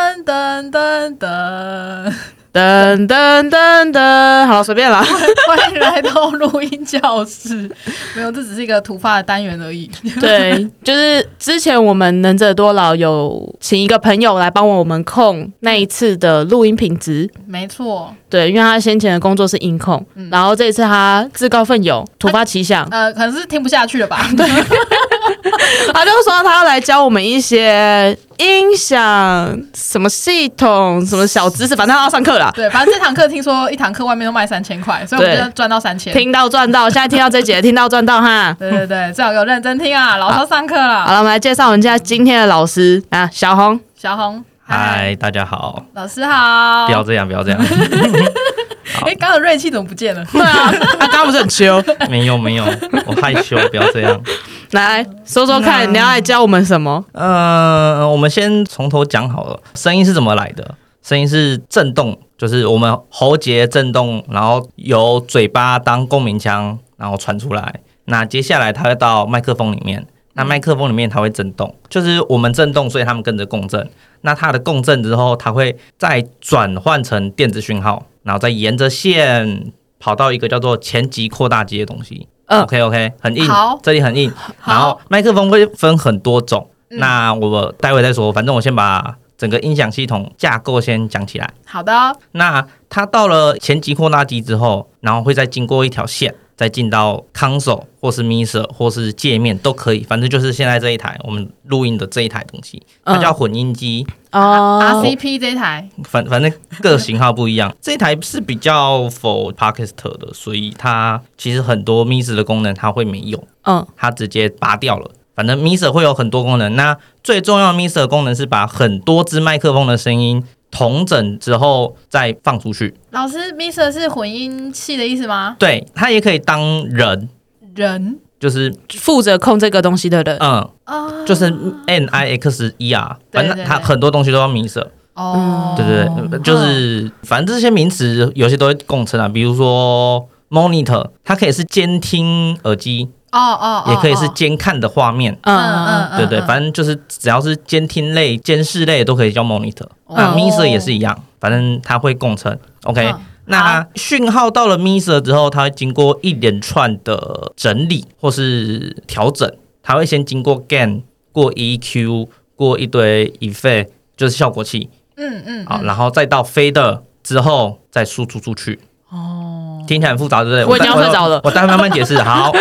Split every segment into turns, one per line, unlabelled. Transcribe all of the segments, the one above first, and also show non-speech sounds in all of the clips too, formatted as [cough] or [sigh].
噔噔噔，
噔噔噔噔，好，随便 [laughs] 啦。
[laughs] 欢迎来到录音教室。没有，这只是一个突发的单元而已。
对，就是之前我们能者多劳有请一个朋友来帮我们控那一次的录音品质，
没错，
对，因为他先前的工作是音控，然后这一次他自告奋 [laughs] 勇，突发奇想，
呃，可能是听不下去了
[laughs]
吧？对，
他就说他要来教我们一些音响什么系统、什么小知识，反正他要上课啦。
对，反正这堂课听说一堂课外面都卖三千块，所以我们
[laughs] 对
就赚到三千。
听到赚到，现在听到这节听到赚到哈。
对对对，最好给我认真听啊！老师要上课
好
了，
了，我们来介绍我们家今天的老师啊，小红。
小红，
嗨，，大家好！
老师好 [laughs]
不。要这样，不要这样，
哎，刚刚的锐气怎么不见
[laughs]
了？
对啊， [laughs] 他刚刚不是很秋。
没有没有，我害羞，不要这样。
来说说
嗯
看，你要来教我们什么？
呃，我们先从头讲好了，声音是怎么来的？声音是震动，就是我们喉结震动，然后由嘴巴当共鸣腔，然后传出来。那接下来它会到麦克风里面，那麦克风里面它会震动，就是我们震动，所以它们跟着共振。那它的共振之后，它会再转换成电子讯号，然后再沿着线跑到一个叫做前级扩大机的东西。
嗯
OK OK，很硬
好，
这里很硬。然后麦克风会分很多种，那我待会再说。反正我先把整个音响系统架构先讲起来。
好的，哦
那它到了前级扩大机之后，然后会再经过一条线，再进到 console 或是 mixer 或是界面都可以，反正就是现在这一台我们录音的这一台东西，它叫混音机。
哦，
RCP 这一台，
反反正各型号不一样， [laughs] 这一台是比较 for podcaster 的，所以它其实很多 mixer 的功能它会没有。
嗯，
它直接拔掉了。反正 Miser 会有很多功能，那最重要的 Miser 功能是把很多支麦克风的声音同整之后再放出去。
老师 Mister 是混音器的意思吗？
对，它也可以当人，
人
就是
负责控这个东西的人，
嗯，
啊，
就是 N I X E R，
对
反
对
正它
对
很多东西都要 Miser，
哦，
嗯对对对，就是反正这些名词有些都会共称啊，比如说 monitor，它可以是监听耳机，
哦哦，哦
也可以是
哦
监看的画面。
嗯
嗯
嗯，
嗯，
对对，
嗯
反正就是只要是监听类、监视类都可以叫 monitor，、那
哦
miser 也是一样，反正它会共乘。OK，、
嗯
那讯号到了 miser 之后，它会经过一连串的整理或是调整，它会先经过 gain、过 EQ、过一堆 effect，就是效果器，
嗯嗯，
好，然后再到 fader 之后再输出出去。哦，听起来很复杂，对不对？
我已经要
待
睡着了
我待会慢慢解
[laughs]
释。好，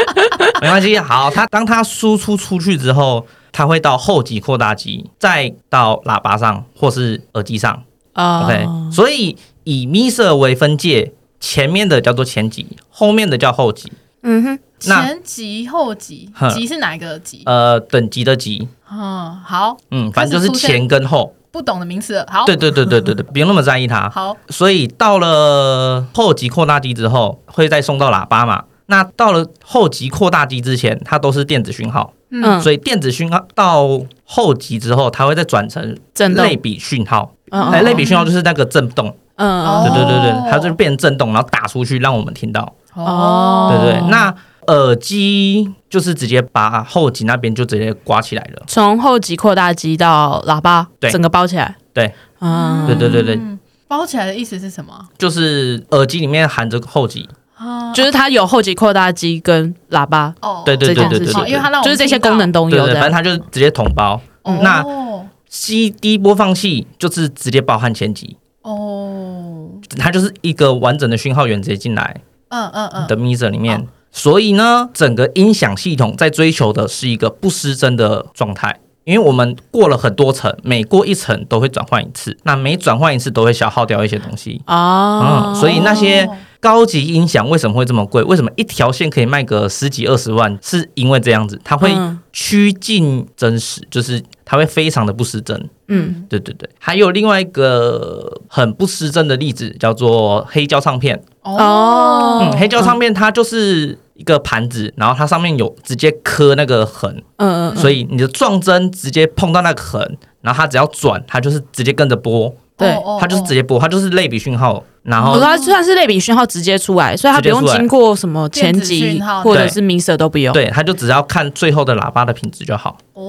没关系。好，它当它输出出去之后，它会到后级扩大机，再到喇叭上或是耳机上。OK，
哦，
所以以 miser 为分界，前面的叫做前级，后面的叫后级。
嗯哼，
那
前级后级
哼，
级是哪一个级？
呃，等级的级，
嗯，好，
嗯，反正就是
开始出现
前跟后。
不懂的名词了，好，
对对对对
[laughs]
对对，不用那么在意它。
好，
所以到了后级扩大机之后，会再送到喇叭嘛？那到了后级扩大机之前，它都是电子讯号，
嗯，
所以电子讯号到后级之后，它会再转成
震动，
类比讯
嗯
号。哎，类比讯号就是那个震动，对
哦
嗯
对对对，它就变震动，然后打出去让我们听到，
哦
对对。那耳机就是直接把后级那边就直接刮起来了。
从后级扩大机到喇叭，
对
整个包起来，
对，
嗯，
对对对对，
嗯包起来的意思是什么？
就是耳机里面含着后级，
啊，
就是它有后级扩大机跟喇叭，
哦，
对对对
这
对
件
对
事
对
情
哦因为
对，
它让我们
就是这些功能都
对
哦有
对，反正
的，
它就是直接统包。
听到，
那
哦
CD 播放器就是直接包含前级，
哦，
它就是一个完整的讯号源直接进来
嗯嗯嗯，
的 miser 里
哦
面。所以呢，整个音响系统在追求的是一个不失真的状态，因为我们过了很多层，每过一层都会转换一次，那每转换一次都会消耗掉一些东西。
哦，
嗯所以那些
哦
高级音响为什么会这么贵？为什么一条线可以卖个十几二十万？是因为这样子，它会
嗯
趋近真实，就是它会非常的不失真。
嗯
对对对，还有另外一个很不失真的例子，叫做黑胶唱片。
哦
嗯，黑
哦
胶唱片它就是一个盘子，然后它上面有直接刻那个痕，
嗯嗯，
所以你的撞针直接碰到那个痕，然后它只要转，它就是直接跟着播，
对
哦
它就是直接播，它就是类比讯号，然
哦我
后
说它算是类比讯号直接出来，所以它不用
直接出来
经过什么前
电子
级
讯号
或者是 mixer 都不用。
对，它就只要看最后的喇叭的品质就好，
哦，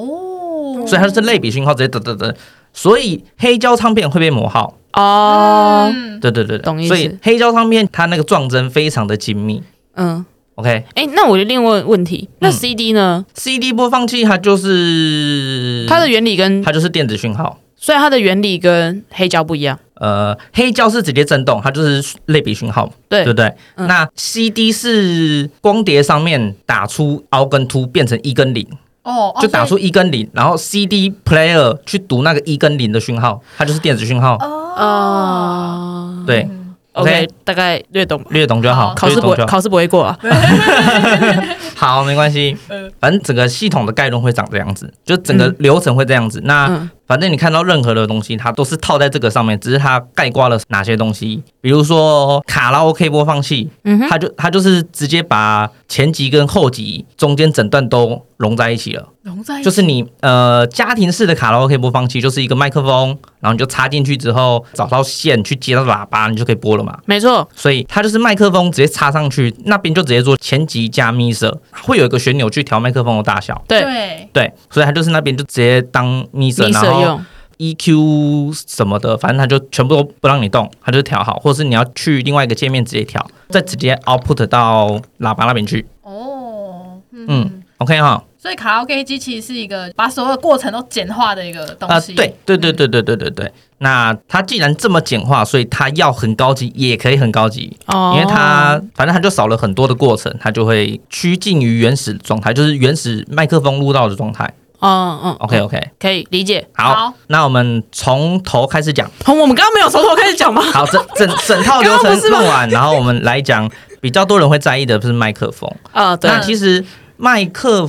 所以它就是类比讯号直接得得得。所以黑胶唱片会被磨耗。
哦，
嗯，
对对对
懂意
对，
思
所以黑胶唱片它那个撞针非常的精密。
嗯，
OK，CD、
哎、那我就另问问题，那
嗯
CD 呢？
CD 播放器它就是
嗯它的原理跟
它就是电子讯号。
所以它的原理跟黑胶不一样，
呃，黑胶是直接震动，它就是类比讯号，
对
对不对？
嗯
那 CD 是光碟上面打出凹跟凸，变成一跟零，
哦，哦
就打出
所以
一跟零，然后 CD player 去读那个一跟零的讯号，它就是电子讯号。
哦，
哦、
对，
OK，大概略懂吧。
略懂就好，
好
考
略
试不
懂
会
就好。
考试不会过啊。
好，没关系
呃
嗯。
反正整个系统的概论会长这样子，就整个流程会这样子。那
嗯
反正你看到任何的东西，它都是套在这个上面，只是它概括了哪些东西。比如说卡拉 OK 播放器，
嗯哼，
它就它就是直接把前集跟后集中间整段都融在一起了。
融
哎
在一起
就是你呃家庭式的卡拉 OK 播放器，就是一个麦克风，然后你就插进去之后找到线去接到喇叭，你就可以播了嘛。
没错，
所以它就是麦克风直接插上去，那边就直接做前级加 m i s e 会有一个旋钮去调麦克风的大小。
对
对，
对，所以它就是那边就直接当 m i s e
你
然
舍
后
用
EQ 什么的，反正它就全部都不让你动，它就调好，或者是你要去另外一个界面直接调，再直接 output 到喇叭那边去。
哦，嗯。
嗯，OK 哈，
所以卡拉 OK 机其实是一个把所有的过程都简化的一个东
啊，
西。
对对对对对对对对。那它既然这么简化，所以它要很高级也可以很高级，
哦，
因为它反正它就少了很多的过程，它就会趋近于原始状态，就是原始麦克风录到的状态。
嗯嗯
OK OK，
可以理解。
好，
哦好
那我们从头开始讲，
从哦我们刚刚没有从头开始讲吗？
[laughs]
好，整整整套流
刚刚
程
不是吗
弄完，然后我们来讲比较多人会在意的是麦克风。
[laughs] 啊，对
那，其实麦克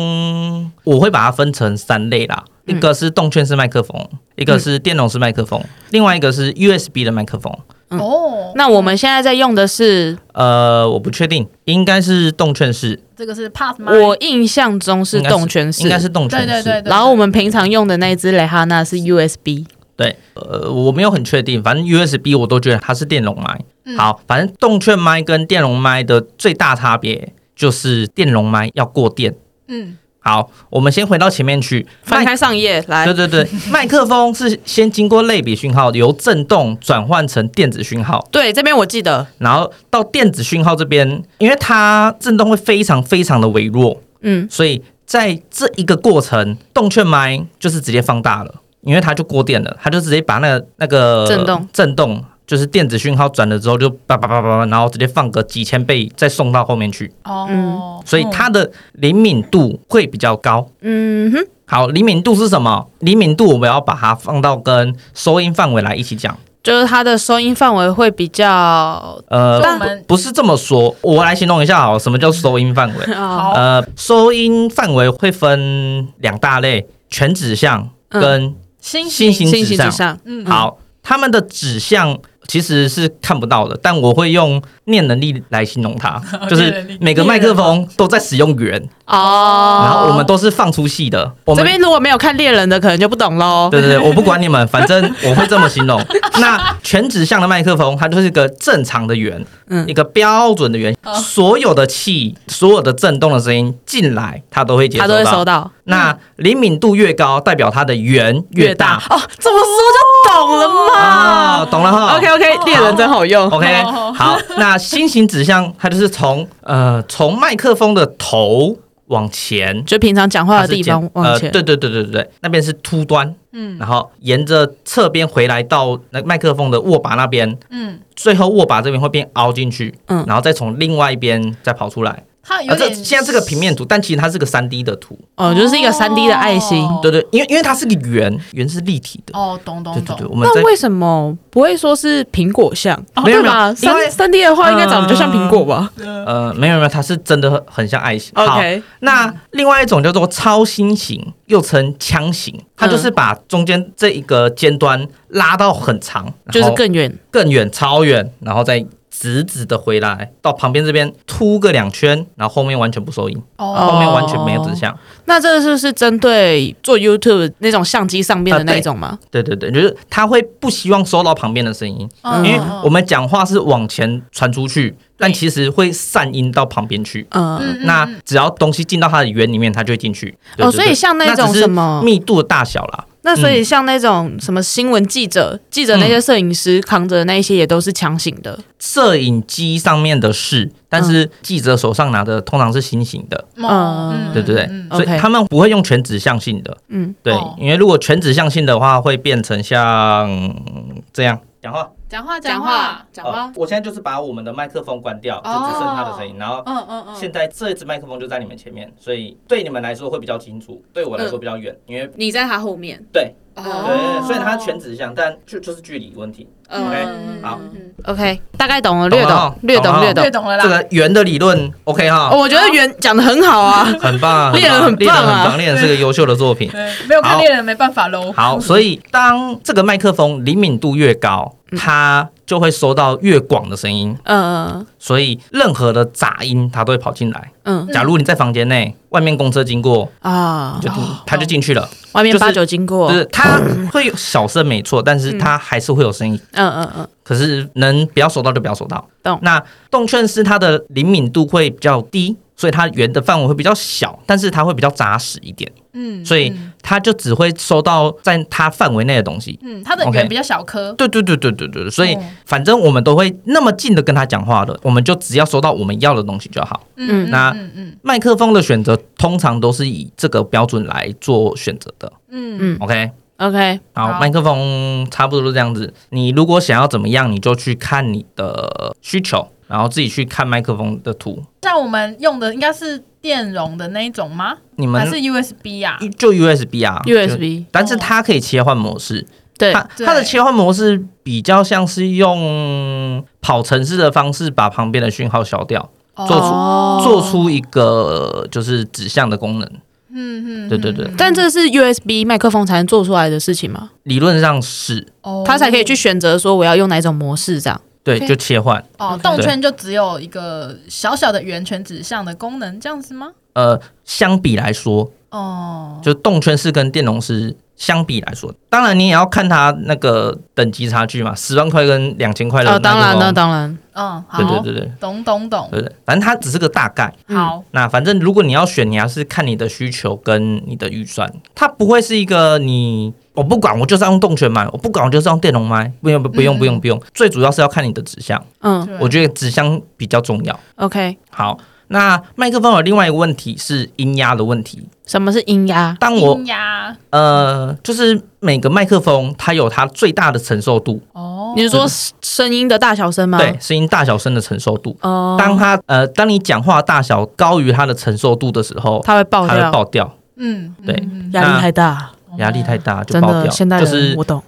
风我会把它分成三类啦，
嗯
一个是动圈式麦克风，一个是电容式麦克风，
嗯
另外一个是 USB 的麦克风。
嗯
哦，
那我们现在在用的是，
呃，我不确定，应该是动圈式，
嗯这个是 Pass 吗？
我印象中是动圈式
应，该是动圈
对
式。
对对对。
然后我们平常用的那一只蕾哈娜是 USB。
对呃，我没有很确定，反正 USB 我都觉得它是电容麦。
嗯
好，反正动圈麦跟电容麦的最大差别就是电容麦要过电。
嗯，
好，我们先回到前面去，
翻开上页来
对，
[laughs]
对对，麦克风是先经过类比讯号，由振动转换成电子讯号，
对，这边我记得，
然后到电子讯号这边，因为它振动会非常非常的微弱，
嗯，
所以在这一个过程，动圈麦就是直接放大了，因为它就过电了，它就直接把那个那个
振动
振动。就是电子讯号转了之后，就叭叭叭叭叭，然后直接放个几千倍，再送到后面去，
哦，
所以它的灵敏度会比较高。
嗯哼，
好，灵敏度是什么？灵敏度我们要把它放到跟收音范围来一起讲。
就是它的收音范围会比较，
呃
就我们，
不是这么说，我来形容一下好了，什么叫收音范围？
好
好
呃，收音范围会分两大类，全指向
嗯
跟
新
新型
信
指
息之
向。
上，
嗯，，
好，它们的指向其实是看不到的，但我会用念能力来形容它就
念能
是
力
每个麦克风都在使用源，
哦，
然后我们都是放出戏的。我
这
们
边如果没有看猎人的，可能就不懂喽。
对对对，我不管你们，反正我会这么形容。那全指向的麦克风，它就是一个正常的圆，
嗯
一个标准的圆，
哦
所有的气、所有的震动的声音进来，它都会接
他
收
都会收
到。
到，
那灵敏度越高，代表它的圆越大。
哦，这么说就懂了嘛。
哦，懂了哈。
OK OK，猎人真好用，
OK，
哦
好，那心形指向它就是从呃从麦克风的头往前，
就平常讲话
它
的
是
地
尖
方往前
呃，，对对对对对，那边是凸端，
嗯
然后沿着侧边回来到那麦克风的握把那边，
嗯，
最后握把这边会变凹进去，
嗯
然后再从另外一边再跑出来。
它有
啊，这
点
现在这个平面图，但其实它是个三 D 的图，
哦，就是一个三 D 的爱心。
哦
对对，因为因为它是个圆，圆是立体的，
哦，懂
对
懂
对对，
懂，
我们在
那为什么不会说是苹果像？
哦没
对
有没有
吧？
因为
三三 D 的话，应该长得就像苹果吧
呃没有没有，它是真的很很像爱心。好
？OK，嗯
那另外一种叫做超新型，又称枪
嗯
型，它就是把中间这一个尖端拉到很长，然
就是
后
更远，
更远、超远，然后再直直的回来到旁边这边凸个两圈，然后后面完全不收音，
哦
哦
后面完全没有指向。
那这是不是针对做 YouTube 那种相机上面的那一种吗？
呃对对对，就是他会不希望收到旁边的声音，
嗯
因为
嗯
我们讲话是往前传出去，但其实会散音到旁边去。
嗯，
嗯嗯
那
嗯
只要东西进到它的圆里面，它就会进去。对
哦，
对
所
对
以像那种
只是
什么，
密度的大小啦，
那所以像那种什么新闻记者、记者那
嗯
些摄影师扛着的那一些也都是枪型的，
摄影机上面的是，但是记者手上拿的通常是新型的，
嗯
对对对，
嗯嗯
所以
OK
他们不会用全指向性的，
嗯，
对，
哦
因为如果全指向性的话，会变成像嗯这样讲话。
讲话
讲
讲
话
话，
讲
呃，我现在就是把我们的麦克风关掉，就
哦
只剩他的声音，然后。
嗯嗯嗯，
现在这支麦克风就在你们前面，所以对你们来说会比较清楚，对我来
嗯
说比较远，因为
你在他后面。
对对
哦
对，对虽然它全指向，但就就是距离问题。OK，
嗯
好
嗯
OK，大概懂了，略
懂了哦
懂，略
懂
懂，
了哦
略懂
略。懂了啦。
这个圆的理论 OK 哈
哦，，我觉得原讲的很好
[laughs]
啊，
很棒啊，
猎人很
猎人
棒啊
很棒，猎人是个优秀的作品。
对，没有看
好
猎人没办法喽。
好，所以当这个麦克风灵敏度越高，它就会收到越广的声音，
嗯
所以任何的杂音它都会跑进来。
嗯
假如你在房间内，外面公车经过，
啊
就，它就进去了，
外面
就是
八九经过
就，是它会有小声没错，但是它还是会有声音。
嗯嗯嗯，
可是能不要收到就不要收到。
懂
那动圈是它的灵敏度会比较低，所以它圆的范围会比较小，但是它会比较扎实一点，
嗯，
所以
嗯
它就只会收到在它范围内的东西。
嗯，他的
OK
圆比较小颗。
对对对对对对，所以
哦
反正我们都会那么近的跟他讲话了，我们就只要收到我们要的东西就好。
嗯，嗯
那
嗯嗯
麦克风的选择通常都是以这个标准来做选择的。
嗯
嗯
OK，
，OK，
好，
好
麦克风差不多是这样子。你如果想要怎么样，你就去看你的需求，然后自己去看麦克风的图。
像我们用的应该是电容的那一种吗？
你们
还是 USB 呀？
就 USB 啊就
USB，
但是它可以切换模式。
对，
它
对
它的切换模式比较像是用跑城市的方式把旁边的讯号消掉。做出
哦
做出一个就是指向的功能，
嗯嗯，
对对对
嗯
但这是 USB 麦克风才能做出来的事情吗？
理论上是
哦
它才可以去选择说我要用哪一种模式这样。
对，
对
就切换。
哦，
对
动圈就只有一个小小的圆圈指向的功能，这样子吗？
呃，相比来说，
哦，
就动圈式跟电容式相比来说，当然你也要看它那个等级差距嘛，十万块跟两千块的
哦，
那
当然
个
了，
哦
当然，
嗯，好，
对对嗯对对
懂懂懂，
对对，反正它只是个大概。
好，
那反正如果你要选，你还是看你的需求跟你的预算，它不会是一个你我不管，我就是要用动圈麦，我不管我就是要用电容麦，不用不用不用不用，最主要是要看你的指向，
嗯
嗯对
我觉得指向比较重要。
，OK，
好，那麦克风有另外一个问题是音压的问题。
什么是音压？
当我
音压
呃，就是每个麦克风它有它最大的承受度，
哦，
你是说声音的大小声吗？
对，，声音大小声的承受度。
哦，
当它呃，当你讲话大小高于它的承受度的时候，
它会爆
它会
掉，
爆掉，
嗯，
对
嗯嗯
压力太大，
压力太大就
真
爆
的，
掉。
现代
就
人、
是
我懂。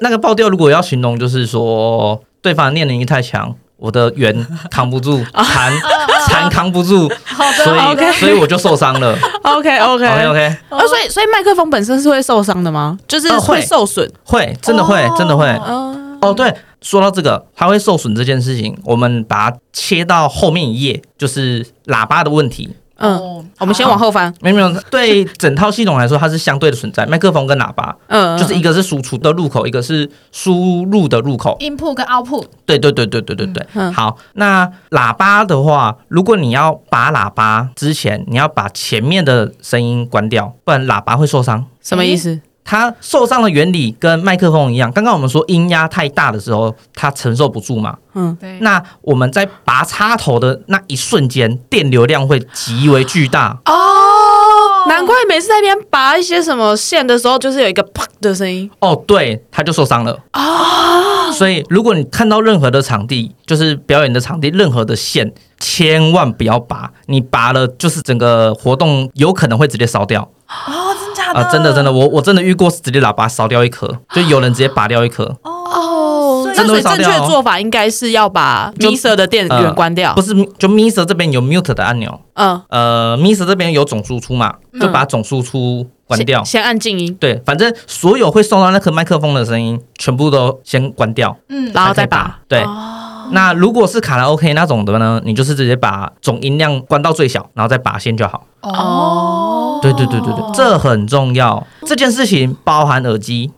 那个爆掉，如果要形容，就是说对方的念能力太强，我的圆扛不住，
[laughs]
弹弹扛不住，
[laughs] 好的，
所
好的
以所以我就受伤了。
OK 哦 [laughs] OK，
OK OK，
啊，所以所以麦克风本身是会受伤的吗？就是
呃会
会受损。
会真的会真的会。
哦，
哦，对，说到这个，它会受损这件事情，我们把它切到后面一页，就是喇叭的问题。
嗯，
哦
我们先往后翻。
没有没有，对整套系统来说，它是相对的存在。麦克风跟喇叭，
嗯，
就是一个是输出的入口，一个是输入的入口。
input 跟 output，
对对对对对对对。
嗯嗯嗯
好，那喇叭的话，如果你要拔喇叭之前，你要把前面的声音关掉，不然喇叭会受伤。
什么意思？
它受伤的原理跟麦克风一样，刚刚我们说音压太大的时候，它承受不住嘛。
嗯，
对，
那我们在拔插头的那一瞬间，电流量会极为巨大。
哦，难怪每次在那边拔一些什么线的时候，就是有一个啪的声音。
哦，对，他就受伤了。哦，所以如果你看到任何的场地，就是表演的场地，任何的线，千万不要拔，你拔了就是整个活动有可能会直接烧掉
哦，真假
啊、
的，
真的真的，我我真的遇过直接喇叭烧掉一颗，就有人直接拔掉一颗，
哦，所以
那
真的
所
会
以正确
烧掉
的
哦
做法应该是要把 Mixer 的电源关掉
不。是就 Mister 这边有 mute 的按钮，
嗯，
呃，Mister 这边有总输出嘛，就把总输出关掉
先。先按静音，
对，反正所有会送到那颗麦克风的声音，全部都先关掉，
嗯，
然后再
才可以
拔。。
对，
哦
那如果是卡拉 OK 那种的呢，你就是直接把总音量关到最小，然后再拔线就好。
哦，
对对对对对，这很重要。这件事情包含
[laughs]
耳机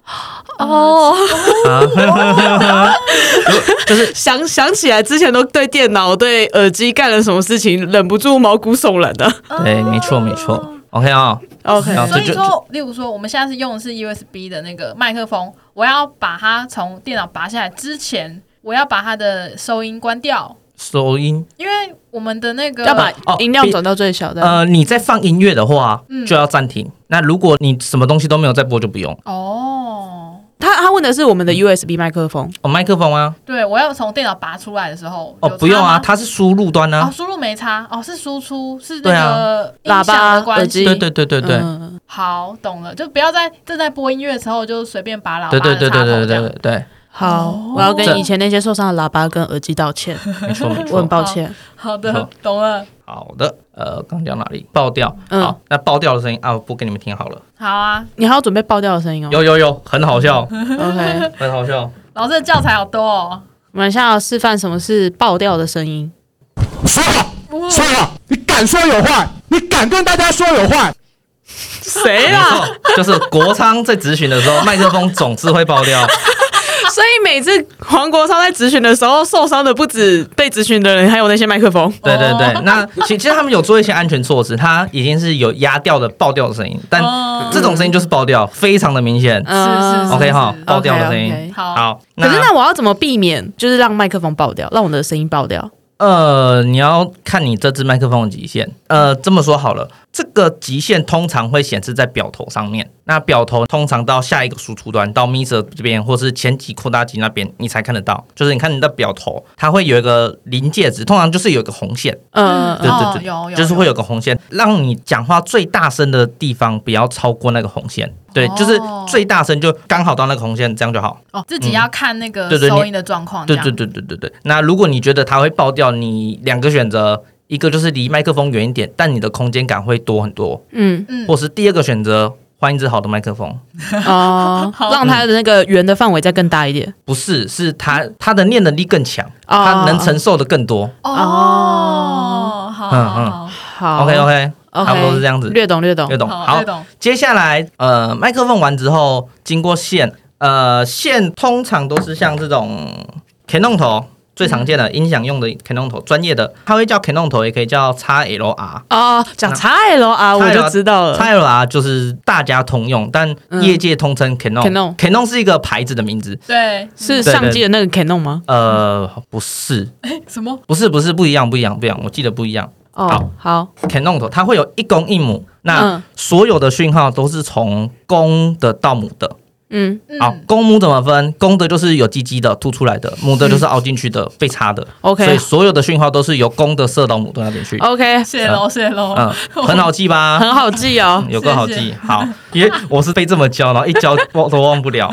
哦，
啊，就是
想想起来之前都对电脑、对耳机干了什么事情，忍不住毛骨悚然的。
对，没错没错。 OK 啊、
[laughs] OK，
啊
所以
这就
说，例如说，我们现在是用的是 USB 的那个麦克风，我要把它从电脑拔下来之前，我要把它的收音关掉，
收音。
因为我们的那个
要把
哦
音量
比
转到最小的。
呃，你在放音乐的话，
嗯
就要暂停。那如果你什么东西都没有在播，就不用。
哦，
他他问的是我们的 USB 麦克风，
哦，麦克风啊，
对我要从电脑拔出来的时候，
哦，
有
不用
差
啊，
吗
它是输入端
哦，
啊。
输入没差哦，是输出是那
对啊
个音响的关系。
喇叭
对对对对对，
嗯
好，懂了，就不要在正在播音乐的时候就随便拔喇叭
对对对
的插
对
头
对
这样
对对
好，我要跟
这
以前那些受伤的喇叭跟耳机道歉，
对，没错没
[laughs] 我很
错。
抱歉。
好
好
的，懂了。
好的，呃，刚讲哪里？爆掉。
嗯
好，那爆掉的声音啊，我播给你们听好了。
好啊，
你还要准备爆掉的声音哦。
有有有，很好笑，
嗯 OK，
很好笑。
老师的教材好多哦。
我们现在要示范什么是爆掉的声音。
说好，说好，啊你敢说有坏，你敢跟大家说有坏，
谁啊 [laughs]
没？错，就是国昌在咨询的时候，麦克风总是会爆掉。
所以每次黄国昌在咨询的时候，受伤的不止被咨询的人，还有那些麦克风。
对对对，那其其实他们有做一些安全措施，它已经是有压掉的爆掉的声音，但
哦
这种声音就是爆掉，非常的明显。
嗯
是是是
OK 哈，
是
爆掉的声音
OK，OK。
嗯好
好，
可是那我要怎么避免，就是让麦克风爆掉，让我的声音爆掉？
呃，你要看你这支麦克风的极限。呃，这么说好了，这个极限通常会显示在表头上面。那表头通常到下一个输出端，到 miser 这边或是前级扩大机那边，你才看得到。就是你看你的表头，它会有一个临界值，通常就是有一个红线，
呃，
对
哦
对对，
有有
就是
有
会有个红线，让你讲话最大声的地方不要超过那个红线。对，就是
哦
最大声就刚好到那个红线，这样就好。
哦，自己要看那个
嗯对对你
收音的状况。
对
哦这
对
样
对对对对。那如果你觉得它会爆掉，你两个选择，一个就是离麦克风远一点，但你的空间感会多很多，
嗯，
嗯
或是第二个选择换一支好的麦克风，
[laughs] 哦，
好
让它的那个圆的范围再更大一点。
不是，是它它的念能力更强，
哦
它能承受的更多。
哦，好
嗯
好
嗯
好
好
OK OK，
OK，
差不多是这样子
略懂略懂
略。懂。
好，
好
略，哦懂。
接下来呃，麦克风完之后，经过线，呃，线通常都是像这种 Canon 头。最常见的
嗯
音响用的 Canon 头，专业的，它会叫 Canon 头，也可以叫 XLR。
哦，讲 XLR 我就知道了。
XLR 啊就是大家通用，但业界通称 Canon、
Canon
Canon 是一个牌子的名字。
对，嗯 [laughs]
是相机的那个 Canon 吗？
呃，不是，
什么？
不是，不是，不一样，不一样，不一样。我记得不一样。
哦，好，
Canon 头它会有一公一母，那
嗯
所有的讯号都是从公的到母的。
嗯，
嗯
好，公母怎么分？公的就是有鸡鸡的凸出来的，母的就是凹进去的、被插的。
OK 哦
所以所有的讯号都是由公的射到母的那边去。
OK，
谢喽谢喽。 [laughs]
嗯，很好
[laughs]
记吧？
很好记哦
嗯。有个好
谢
记。好，因为我是被这么教，然后一
[laughs]
教忘都忘不了。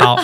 好，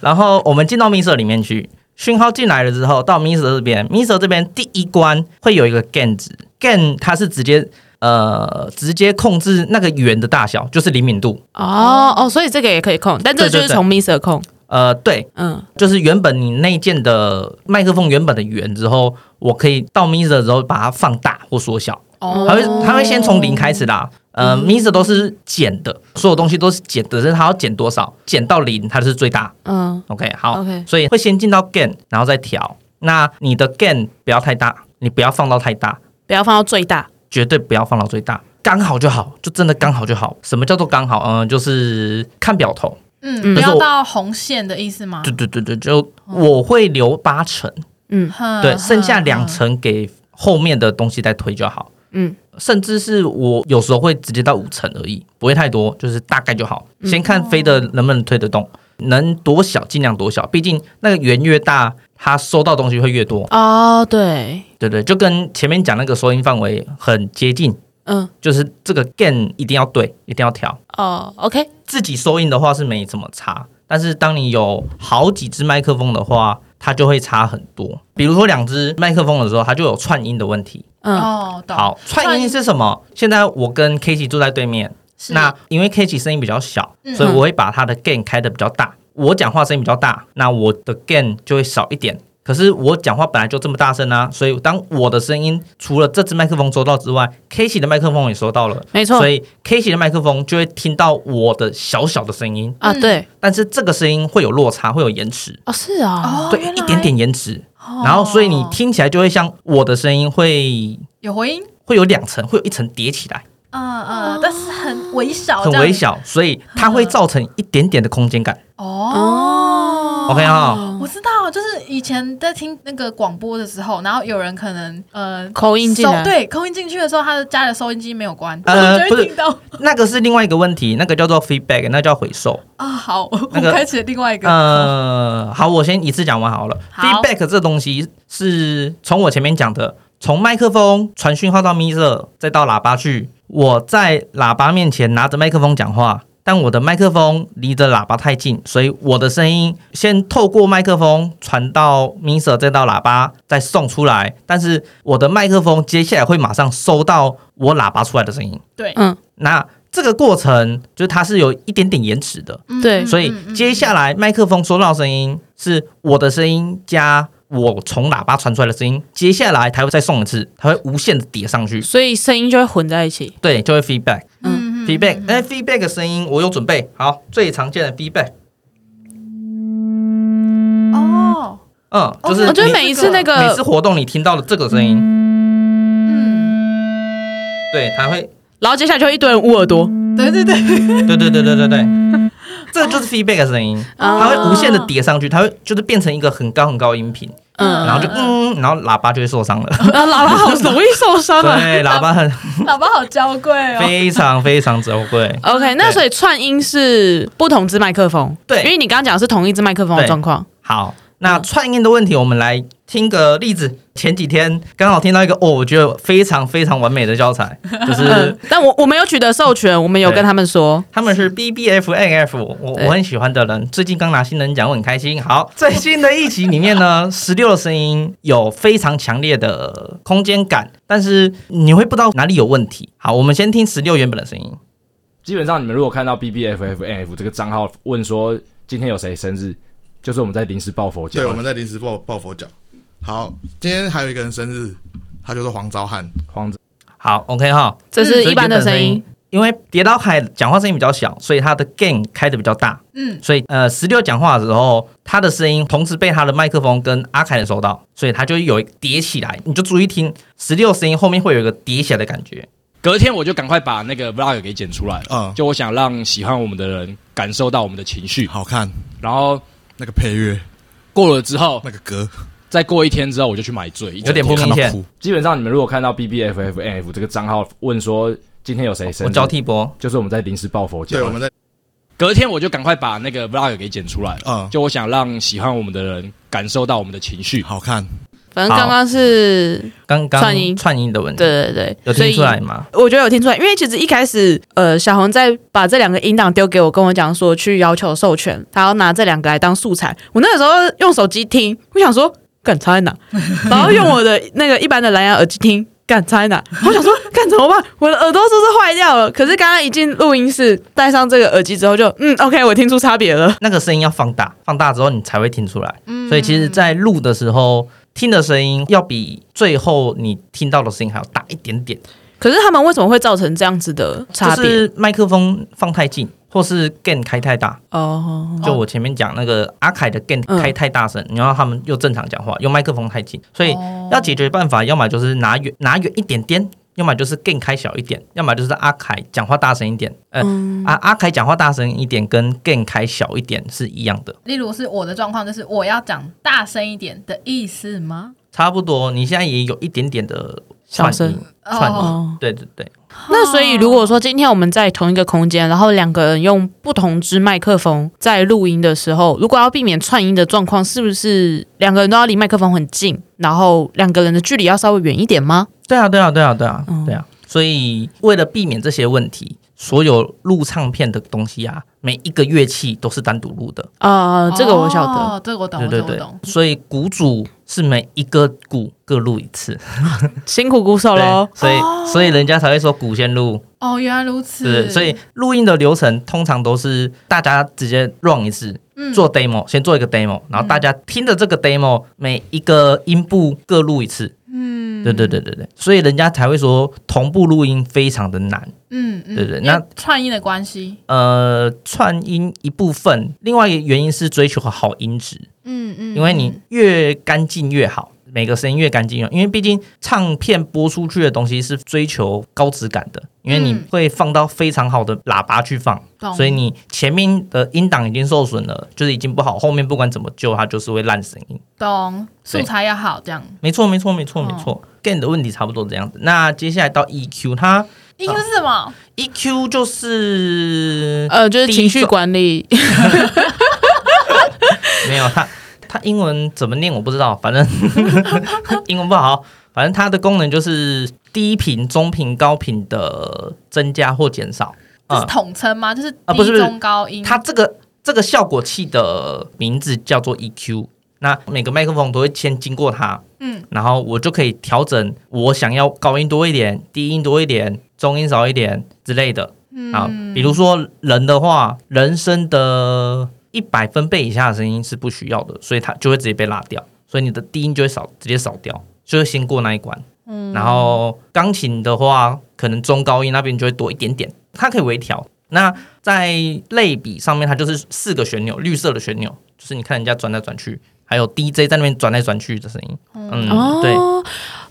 然后我们进到 Mister 里面去，讯号进来了之后，到 Mister 这边，Mister 这边第一关会有一个 gain 值，gain 它是直接呃直接控制那个圆的大小，就是灵敏度。
哦哦，所以这个也可以控，但这个就是从 Mister 控。
呃，对，
嗯，
就是原本你内建的麦克风原本的圆之后，我可以到 Mister 之后把它放大或缩小。
哦
它会它会先从零开始啦。呃 m i s 都是减的，所有东西都是减的，只是它要减多少，减到零它就是最大。
嗯
OK，好
OK
所以会先进到 gain，然后再调。那你的 gain 不要太大，你不要放到太大，
不要放到最大。
绝对不要放到最大，刚好就好，就真的刚好就好。什么叫做刚好？嗯、就是看表头。
嗯，不
但是
要
我
到红线的意思吗
对？对对对，就我会留八成，
嗯
哼
对，剩下
哼
两
哼
成给后面的东西再推就好。
嗯，
甚至是我有时候会直接到五成而已，不会太多，就是大概就好。
嗯
先看飞的能不能推得动，能多小尽量多小，毕竟那个圆越大，它收到东西会越多。
哦，对，
对对，就跟前面讲那个收音范围很接近，
嗯，
就是这个 gain 一定要对，一定要调。
哦，OK，
自己收音的话是没怎么差，但是当你有好几只麦克风的话，它就会差很多。比如说两只麦克风的时候，它就有串音的问题。
嗯
哦，懂。
好，串音是什么？现在我跟 k a t i e 住在对面，
是
那因为 k a t i e 声音比较小，
嗯
所以我会把它的 gain 开的比较大。我讲话声音比较大，那我的 gain 就会少一点。可是我讲话本来就这么大声啊，所以当我的声音除了这只麦克风收到之外 k a t i e 的麦克风也收到了，
没错
所以 k a t i e 的麦克风就会听到我的小小的声音，
啊，
嗯
对，
但是这个声音会有落差，会有延迟，
哦，是
哦，
啊，
对，
原
一
来
点点，延迟。然后所以你
哦
听起来就会像我的声音会
有回音
会有两层，会有一层叠起来。
嗯嗯，但是很微小，
哦很
哦这样
微小，所以它会造成一点点的空间感。
哦。
OK 啊哈，
我知道，就是以前在听那个广播的时候，然后有人可能呃
口音进
收
来，，
对扣音进去的时候，他的家里的收音机没有关，
呃
我就
不
会
是
听到
那个是另外一个问题，那个叫做 feedback，那叫回收。
啊。好，我
那个
开启了另外一个，
呃，好，我先一次讲完好了。
好
feedback 这东西是从我前面讲的，从麦克风传讯号到 miser，再到喇叭去。我在喇叭面前拿着麦克风讲话，但我的麦克风离着喇叭太近，所以我的声音先透过麦克风传到 miser，再到喇叭，再送出来。但是我的麦克风接下来会马上收到我喇叭出来的声音。
对
嗯，
那这个过程就是它是有一点点延迟的，
嗯
对
嗯
所以
嗯嗯
接下来麦克风收到的声音是我的声音加我从喇叭传出来的声音，接下来它会再送一次，它会无限的叠上去，
所以声音就会混在一起。
对，就会 feedback
嗯嗯
feedback，哎、feedback 的声音我有准备，好，最常见的 feedback，
哦，
嗯，
哦
就是
那
我
你
觉得
这
每一次那
每次
个
活动你听到的这个声音，哎
嗯，
对，它会，
然后接下来就一堆人捂耳朵，
对对对， [laughs]
对对对对
[laughs]
对对，这个就是 feedback 的声音，
哦
它会无限的叠上去，它会就是变成一个很高很高的音频，
嗯，
然后就嗯，然后喇叭就会受伤了，
[laughs] 然后喇叭好容易受伤啊。
对，喇叭
[laughs]
很
喇叭好娇贵
哎
哦，
非常非常珍贵。
OK，那
对
所以串音是不同支麦克风，
对
因为你刚刚讲的是同一支麦克风的
对
状况，
好，那串音的问题，我们来听个例子。前几天刚好听到一个哦，我觉得非常非常完美的教材，就是
嗯，但我我没有取得授权，我们有
对
跟他们说，
他们是 B B F N F，我
对
我很喜欢的人，最近刚拿新人奖，我很开心。好，最新的一集里面呢，十六的声音有非常强烈的空间感，但是你会不知道哪里有问题。好，我们先听十六原本的声音。
基本上你们如果看到 B B F F N F 这个账号问说今天有谁生日，就是我们在临时抱
啊
佛脚
对，我们在临时抱抱佛脚。好，今天还有一个人生日，他叫做黄昭汉。
慌着。
好，OK 哈，
这是一般的声
所以原
音
本音。因为叠到海讲话声音比较小，所以他的 gain 开的比较大，
嗯，
所以呃，十六讲话的时候，他的声音同时被他的麦克风跟阿凯的收到，所以他就有叠起来。你就注意听，十六声音后面会有一个叠起来的感觉。
隔天我就赶快把那个 vlog 给剪出来，
嗯
就我想让喜欢我们的人感受到我们的情绪。
好看，
然后
那个配乐，
过了之后，
那个歌，
再过一天之后，我就去买醉，一整
有点不
我看到
明显
哭。
基本上你们如果看到 B B F F N F 这个账号问说今天有谁生
我
日，
交替播，
就是我们在临时抱佛脚。
对，我们在
啊隔天我就赶快把那个 vlog 给剪出来，
嗯
就我想让喜欢我们的人感受到我们的情绪。
好看，
反正刚刚是
刚刚
串音
串音的问题，
对对
有
对，所
听
以
出来吗？
我觉得有听出来，因为其实一开始，呃，小红在把这两个音档丢给我，跟我讲说去要求授权，他要拿这两个来当素材。我那个时候用手机听，我想说干差在
[laughs]
哪，然后用我的那个一般的蓝牙耳机听，干差在哪，我想说干怎么办？我的耳朵是不是坏掉了？可是刚刚一进录音室，戴上这个耳机之后就，嗯，OK，我听出差别了。
那个声音要放大，放大之后你才会听出来。
嗯
嗯
所以其实，在录的时候听的声音要比最后你听到的声音还要大一点点。
可是他们为什么会造成这样子的差
就
别？
是麦克风放太近，或是 gain 开太大。
哦，
就我前面讲那个阿凯的 gain
嗯
开太大声，然后他们又正常讲话，用麦克风太近，所以
哦
要解决办法，要么就是拿远拿远一点点。要么就是 gain 开小一点，要么就是阿凯讲话大声一点。呃，
嗯
阿、阿凯讲话大声一点跟 gain 开小一点是一样的，
嗯例如是我的状况，就是我要讲大声一点的意思吗？
差不多。你现在也有一点点的
小
串
声
音，串音，
哦
对对对，
那所以，如果说今天我们在同一个空间，然后两个人用不同支麦克风在录音的时候，如果要避免串音的状况，是不是两个人都要离麦克风很近，然后两个人的距离要稍微远一点吗？
对啊，对啊，对啊，对啊，
哦
对啊。所以为了避免这些问题，所有录唱片的东西啊，每一个乐器都是单独录的。
呃，这个我晓得。
哦，这个我懂，
对
我
对
懂，我
对
懂。。
所以鼓组是每一个鼓各录一次。
辛苦鼓手喽
对，。所以所以人家才会说鼓先录。
哦，原来如
是，
此。
所以录音的流程通常都是大家直接 run 一次。
嗯
做 demo，先做一个 demo，然后大家听着这个 demo，、每一个音部各录一次。嗯，对对对对对，所以人家才会说同步录音非常的难。
嗯嗯，
对对
因为
那
串音的关系，
呃，串音一部分，另外一个原因是追求好音质，
嗯嗯，
因为你越干净越好。每个声音越干净越好，因为毕竟唱片播出去的东西是追求高质感的，因为你
嗯
会放到非常好的喇叭去放，
懂
所以你前面的音档已经受损了，就是已经不好，后面不管怎么救，它就是会烂声音。
懂素材要好，这样
没错，没错，没错，没错。gain
哦
的问题差不多这样子。那接下来到 EQ，它
EQ 是什么？
EQ 就是
呃，就是
第一
情绪
种
管理，
[laughs] 没有它，它英文怎么念我不知道，反正英文不好。反正它的功能就是低频、中频、高频的增加或减少。
这
啊、
是统称吗？就是
啊不是
低
不是
中高音。
它这个这个效果器的名字叫做 EQ。那每个麦克风都会先经过它，
嗯，
然后我就可以调整我想要高音多一点、低音多一点、中音少一点之类的。
嗯
啊，比如说人的话，人声的一百分贝以下的声音是不需要的，所以它就会直接被拉掉，所以你的低音就会少，直接少掉，就会先过那一关。嗯，然后钢琴的话，可能中高音那边就会多一点点，它可以微调。那在类比上面，它就是四个旋钮，绿色的旋钮，就是你看人家转来转去，还有 DJ 在那边转来转去的声音。嗯，
哦， [laughs]
对，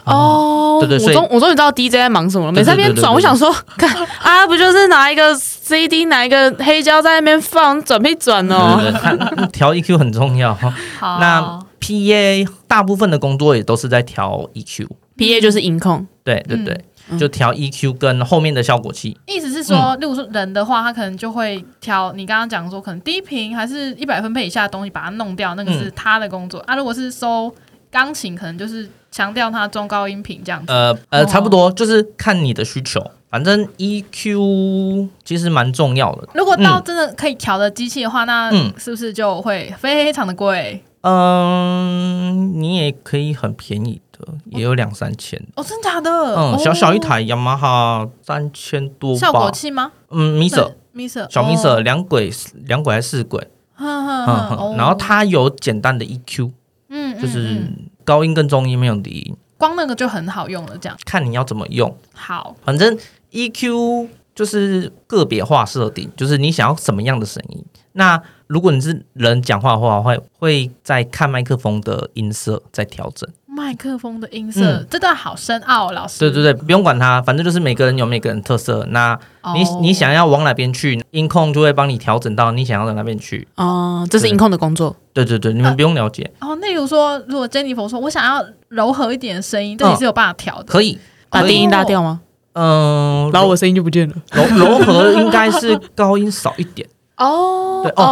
哦，
对对所
我
以
终我终于知道 DJ 在忙什么了。每次在那边
对对对对
转，
对
我想说，看啊，不就是拿一个 CD，拿一个黑胶在那边放，转屁转哦。
对对对它调 EQ 很重要。
好，
那 PA 大部分的工作也都是在调 EQ，
PA 就是音控，
对对
嗯
对，就调 EQ 跟后面的效果器。
意思是
嗯
说，例如说人的话，他可能就会挑你刚刚讲说，可能低频还是一百分贝以下的东西把它弄掉，那个是他的工作、啊。如果是收钢琴，可能就是强调它中高音频这样子。
呃呃，
哦
差不多就是看你的需求，反正 EQ 其实蛮重要的。
如果到真的可以调的机器的话，那
嗯
是不是就会非常的贵？
嗯，你也可以很便宜的，也有两三千。
哦，真假的？
嗯，
哦
小小一台雅马哈三千多
效
吧
果。器吗
嗯，Miser
？Miser
小 Miser
哦
两轨两轨还是四轨，
哼哼
嗯
哼哦
哼，然后它有简单的 EQ，
嗯
就
嗯
是
嗯
高音跟中音没有低音，
光那个就很好用了，这样
看你要怎么用。
好
反正 EQ 就是个别化设定，就是你想要什么样的声音。那如果你是人讲话的话，会会在看麦克风的音色在调整。
麦克风的音色，
嗯
这段好深奥哦，老师。
对对对，不用管它，反正就是每个人有每个人特色。那
哦
你、你想要往哪边去，音控就会帮你调整到你想要的那边去。
哦，这是音控的工作。
对对对，你们不用了解，
哦，那例如说，如果 Jennifer 说我想要柔和一点的声音，这也是有办法调的。
嗯可以
把
可以
低音拉掉吗？
嗯，
然后 [laughs]
柔
我声音就不见了。
柔柔和应该是高音少一点。
哦
对哦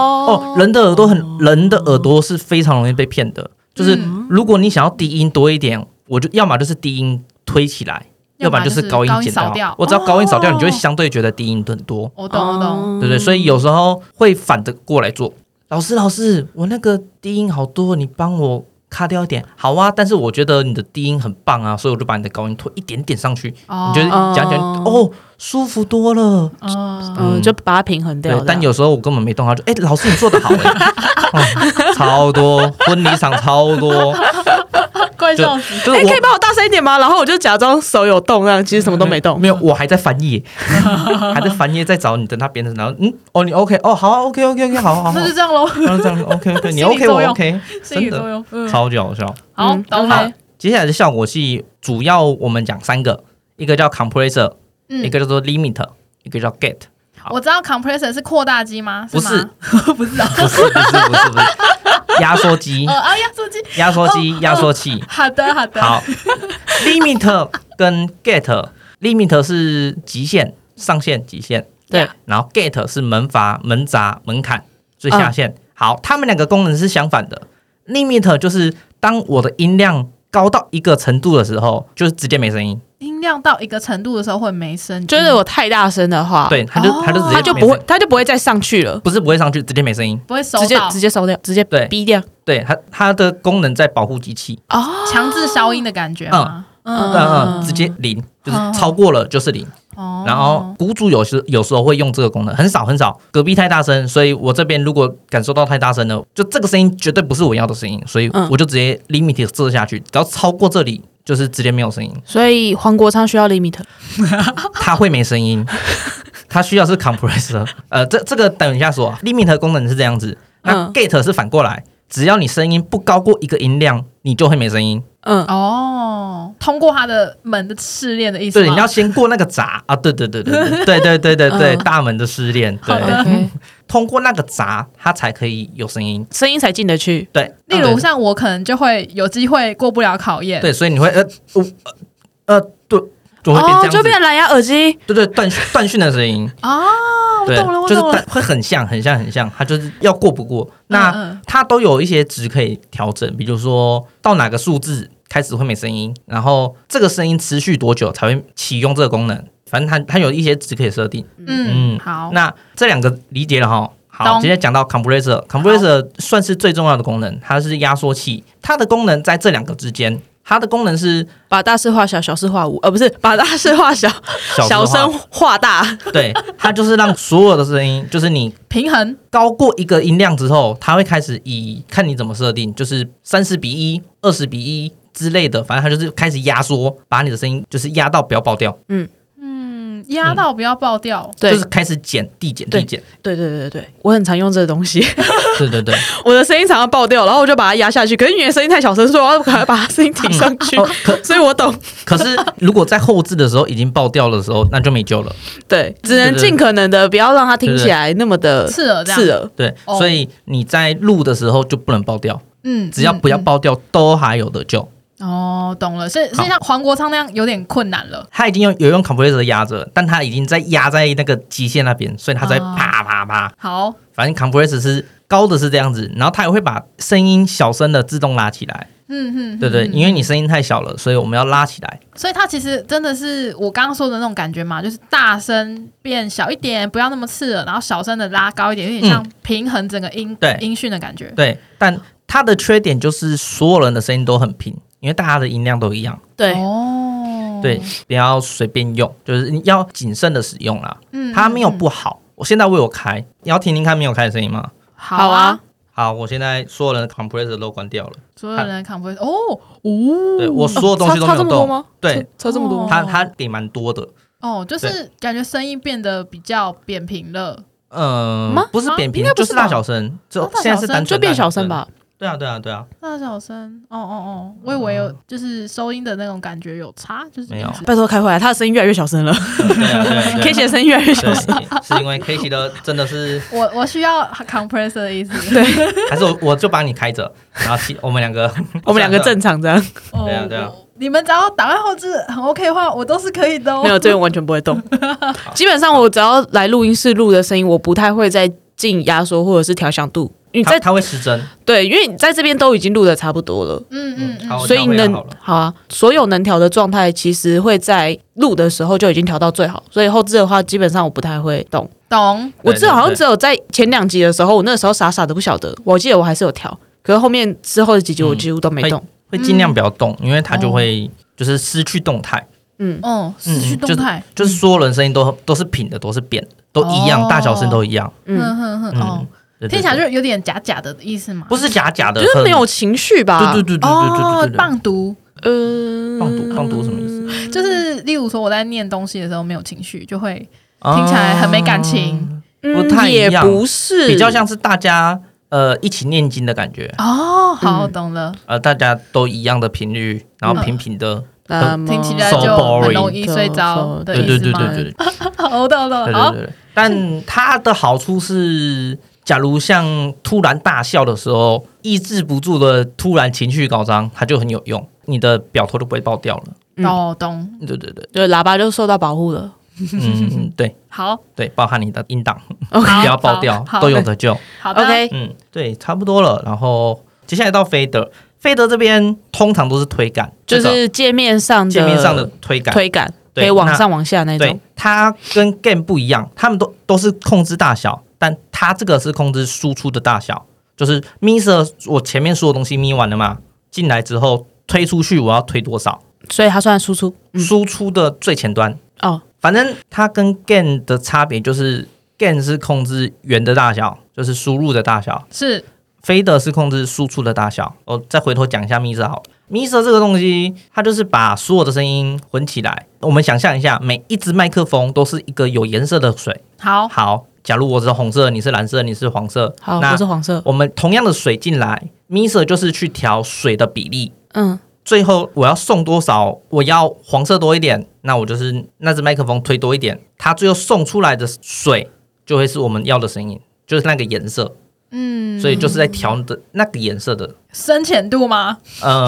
哦，人的耳朵很，人的耳朵是非常容易被骗的。就是如果你想要低音多一点，我就要么就是低音推起来，
要
要
么
不然就是高音
就是高音
减
扫掉
我只要高音扫掉，
哦
你就会相对觉得低音很多，
我懂，我懂。
对不对？所以有时候会反着过来做。老师，老师，我那个低音好多，你帮我卡掉一点。好啊，但是我觉得你的低音很棒啊，所以我就把你的高音推一点点上去，
哦
你觉得讲讲
哦
哦，舒服多了。
嗯， [laughs]
嗯，
嗯
就把它平衡掉
对
这，样。
但有时候我根本没动，他就哎、 [laughs] 老师你做的好、欸嗯超多婚礼场超
[laughs]
多，
怪
就
兽子
就是
哎、
我
可以帮我大声一点吗？然后我就假装手有动，这样其实什么都没动。
没有，我还在翻页， [laughs] 还在翻页在找你的那边的，然后嗯，哦你 OK，哦好 OK OK OK 好好
[laughs]
好
那，就这样喽，
然后这样 OK OK
心
你
理
OK
作
我
用
OK，
心
真
理作
的
用。嗯，
超级好笑。
好
嗯，
懂
好
了。
接下来的效果器主要我们讲三个，一个叫 compressor，
嗯
一个叫做 limit，一个叫 gate。
我知道 compressor 是扩大机吗？
不
是吗， [laughs] 不是啊。
不是不是不是不是，压缩
[laughs]
机
呃，，哎呀，手
[laughs]
机。
压缩机，压缩器。
好的，好的。
好，limit 跟 get，limit 是极限、上限、极限，
对，
然后 get 是门阀、门闸、门槛、最下
嗯
限。好，它们两个功能是相反的。limit 就是当我的音量高到一个程度的时候，就是直接没声音，
音量到一个程度的时候会没声音，
就是我太大声的话，，
对，它就、它就直接
它哦就
没
不
声
会，它就不会再上去了，
不是不会上去，直接没声音。
不会收
直接
到
直接收掉，直接
对
逼掉。
对它它的功能在保护机器，
哦，
强制消音的感觉吗？
嗯
嗯，
嗯，直接零，就是
嗯
超过了就是零。
哦
然后鼓组有时有时候会用这个功能，很少很少。隔壁太大声，所以我这边如果感受到太大声了，就这个声音绝对不是我要的声音，所以
嗯
我就直接 limit 设下去，只要超过这里就是直接没有声音，
所以黄国昌需要 limit，
它会没
[laughs]
声音。它需要是 compressor，呃，这这个等一下说。limit 啊功能是这样子，那
嗯
gate 是反过来，只要你声音不高过一个音量，你就会没声音。
嗯，
哦，通过他的门的试炼的意思
对，
吗
你要先过那个闸啊！对对对对对对对对对对，
嗯
大门的试炼，对，
OK
通过那个闸，它才可以有声音。
声音才进得去。
对，
例如像我可能就会有机会过不了考验，
对，所以你会呃呃呃，对，就会变这
哦，
样子，
就变蓝牙耳机，
对对断 [laughs] 断讯的声音。
哦，我
对
懂了，，我
就是
懂了，
会很像，很像，很像，它就是要过不过。
嗯嗯
那它都有一些值可以调整，比如说到哪个数字开始会没声音，然后这个声音持续多久才会启用这个功能，反正它它有一些值可以设定。
嗯，
嗯
好，
那这两个理解了哈。好，
懂
直接讲到 compressor，compressor 算是最重要的功能，它是压缩器，它的功能在这两个之间，它的功能是
把大事化小，小事化无，呃，不是把大事化小，
小
小
时候
声
啊，
化大。
[laughs] 对，它就是让所有的声音，就是你
平衡
高过一个音量之后，它会开始以看你怎么设定，就是三十比一、二十比一之类的，反正它就是开始压缩，把你的声音就是压到不要爆掉，
嗯压到不要爆掉，
对
就是开始减递减
对
递减，
对对对对对，我很常用这个东西，
对对对。
我的声音常常爆掉，然后我就把它压下去。可是你的声音太小声，所以我要赶快把它声音提 [laughs] 上去。
哦可
所以我懂，
可是如果在后置的时候已经爆掉的时候，那就没救了。
对，只能尽可能的不要让它听起来那么的
刺耳这样
刺耳。
对，
哦
所以你在录的时候就不能爆掉，
嗯，
只要
嗯
不要
嗯
爆掉，都还有得救。
哦，懂了，所以所以像黄国昌那样有点困难了，
它已经用有用 compressor 压着，但它已经在压在那个极限那边，所以它在
哦
啪啪啪。
好，
反正 compressor 是高的是这样子，然后它也会把声音小声的自动拉起来，
嗯嗯，
对不对？
嗯
因为你声音太小了，所以我们要拉起来。
所以它其实真的是我刚刚说的那种感觉嘛，就是大声变小一点，不要那么刺耳，然后小声的拉高一点，有点像平衡整个音、
嗯对
音讯的感觉。
对，但它的缺点就是所有人的声音都很平，因为大家的音量都一样。
对，
哦，
对，不要随便用，就是你要谨慎的使用啦。
嗯，嗯
它没有
嗯
不好，我现在我有开，你要听听看没有开的声音吗？
好
好啊，
好，我现在所有人的 compressor 都关掉了，
所有人看不会哦哦，
嗯
对我所有东西都
差差
没
这
有
么多
动。
吗？
对，哦
差差这么哦多吗？
它它给蛮多的，
哦，就是感觉声音变得比较扁平了。
嗯
吗，啊
不是
吗
扁
应
平
该，不
就是是大
吧
小声，就
哦大
现在
小
是
声
单纯
就变
大
小声吧。
对啊，对啊，对啊，
大小声，哦哦哦，我以为有就是收音的那种感觉有差，就是
没有
音质
拜托开回来，他的声音越来越小声了
对啊，对啊，
，K 姐的声音越来越小
对，
声。
是因为 k a t i e 的真的是，
我我需要 compressor 的 [laughs] 意思。
还是我我就帮你开着，然后其我们两个
[laughs] 我们两个正常这样，
哦
对啊对啊
我你们只要档案后置很 OK 的话，我都是可以的、哦。
没有这个完全不会
[laughs]
动。基本上我只要来录音室录的声音，我不太会再进压缩或者是调响度。你
它
在
它会失真，
对，因为你在这边都已经录的差不多了，
嗯嗯
嗯，
嗯，
好，我
所以
调回来
能
好了，
好啊，所有能调的状态其实会在录的时候就已经调到最好，所以后置的话基本上我不太会动。
懂。
我
对
只好
对
像
对
只有在前两集的时候，我那时候傻傻的不晓得，我记得我还是有调，可是后面之后的几集我几乎都没
嗯
动。
会尽量不要动，因为它
哦
就会就是失去动态，
嗯，
哦，失去动态。
就是所有人声音都都是平的，都是扁的，都一
哦
样，大小声都一样，
嗯
嗯
哼哼，哦
嗯，，对对
听起来
对
就有点假假的意思嘛。
不是假假的，
就是
很
没有，情绪吧？
对对对对
哦
对对，对对，
棒读
嗯，
放毒放毒什么意思？
嗯就是，例如说我在念东西的时候没有情绪，就会
啊
听起来很没感情
嗯
不太一
也
样
不是，
比较像是大家呃一起念经的感觉，
哦。好，
嗯
懂了，
呃，大家都一样的频率，然后平平的，
那么
听起来
呃嗯 So
就很
boring
容易睡着的
对
对
意
对
思
对
吗？
对对对对
我懂了，
对
嗯好，
对。但它的好处是，假如像突然大笑的时候，抑制不住的突然情绪高涨，它就很有用，你的表头就不会爆掉了。
嗯
哦，懂，
对对对，
对，喇叭就受到保护了。
嗯，
[laughs]
嗯对
好，
对，包含你的音档
哦
[laughs]
好
不要爆掉
好，
都有得救。
好的
OK，
嗯，对，差不多了。然后接下来到 fader。fader 这边通常都是推杆，
就
这个
是界面上的
界面上的推杆，
推杆，
对
可以往上往下那
对
种。，
它跟 game 不一样，它们都都是控制大小，但它这个是控制输出的大小。就是 miser，我前面所有东西咪完了嘛，进来之后推出去，我要推多少，
所以它算输出。嗯，
输出的最前端。
哦，
反正它跟 game 的差别就是，game 是控制圆的大小，就是输入的大小
是
，fader 是控制输出的大小。我再回头讲一下 miser 好了。miser 这个东西，它就是把所有的声音混起来。我们想象一下，每一只麦克风都是一个有颜色的水。
好，
好，假如我是红色，你是蓝色，你是黄色，
哦好，
那
我是黄色。
我们同样的水进来，miser 就是去调水的比例。
嗯，
最后我要送多少，我要黄色多一点，那我就是那只麦克风推多一点，它最后送出来的水就会是我们要的声音，就是那个颜色。
嗯，
所以就是在调的那个颜色的，
深浅度吗？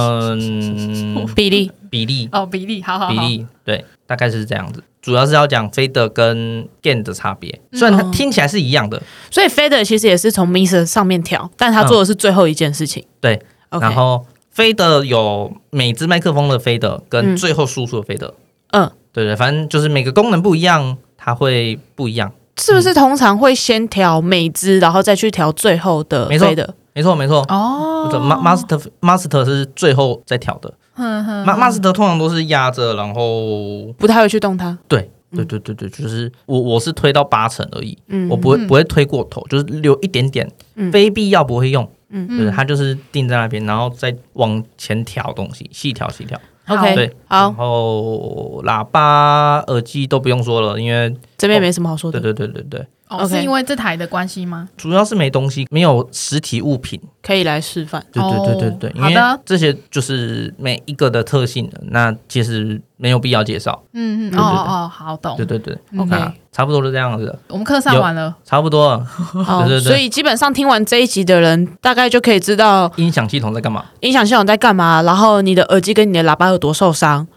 嗯，
比例
比例
哦，比例，好好好，
比例对，大概是这样子。主要是要讲 fader 跟 gain 的差别，
嗯
虽然它听起来是一样的，
所以 fader 其实也是从 mixer 上面调，但他做的是最后一件事情。
对，
OK，
然后 fader 有每只麦克风的 fader 跟
嗯
最后输出的 fader，
嗯，
对对，反正就是每个功能不一样，它会不一样。
是不是
嗯
通常会先调每支，然后再去调最后的
没错
fader？
没错没错，
哦
我的 ma- master master 是最后再调的
哼哼
，ma master 通常都是压着，然后
不太会去动它。
对对对对对，就是我我是推到八成而已，
嗯，
我不会
嗯嗯
不会推过头，就是留一点点，
嗯
非必要不会用，就是
嗯
它就是定在那边，然后再往前调东西，细调细调。
OK，
对嗯
好，
然后喇叭、耳机都不用说了，因为
这边没什么好说
对
的，
对对对对，
哦，是
OK
因为这台的关系吗？
主要是没东西，没有实体物品。
可以来示
[laughs]
范。
对对对对
哦
对，因
好
为
的
这些就是每一个的特性的，那其实没有必要介绍。
嗯嗯，
对
哦
对
哦，好懂
对。对对，
OK
那差不多是这样子的，
我们课上完了，
差不多了
哦
对对对
所以基本上听完这一集的人，大概就可以知道
音响系统在干嘛？
音响系统在干嘛，然后你的耳机跟你的喇叭有多受伤。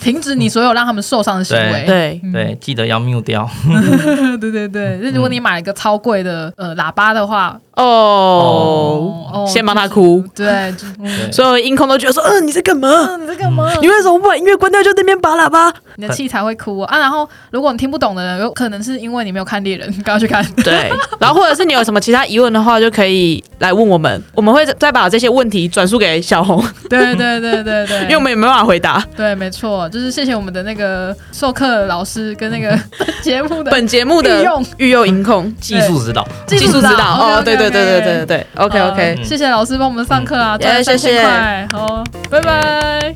停止你所有让他们受伤的行为。
对，
对，记得要 mute 掉。
[laughs] 对对对，那如果你买了一个超贵的呃喇叭的话，
哦，
哦，
先帮他哭，
对，
[laughs]
就嗯
对
所有音控都觉得说，嗯、你在干嘛？
你在干嘛？
你为什么不把音乐关掉就在那边拔喇叭？
你的器材会哭哦啊。然后如果你听不懂的人，有可能是因为你没有看猎人，赶快去
[laughs]
看。
对，然后或者是你有什么其他疑问的话，就可以来问我们，我们会再把这些问题转述给小红，
对对对对对，
因为我们也没办法回答。
对，没错，就是谢谢我们的那个授课老师跟 [laughs] 那个节目的
本节目的
御用
育幼音控
技术指导，
技
技术指导哦，
，OK，OK，OK
对对对对对对对，OK
呃
OK，
谢谢老师帮我们上课啊，
耶
赚
谢谢
3000块，好，拜拜。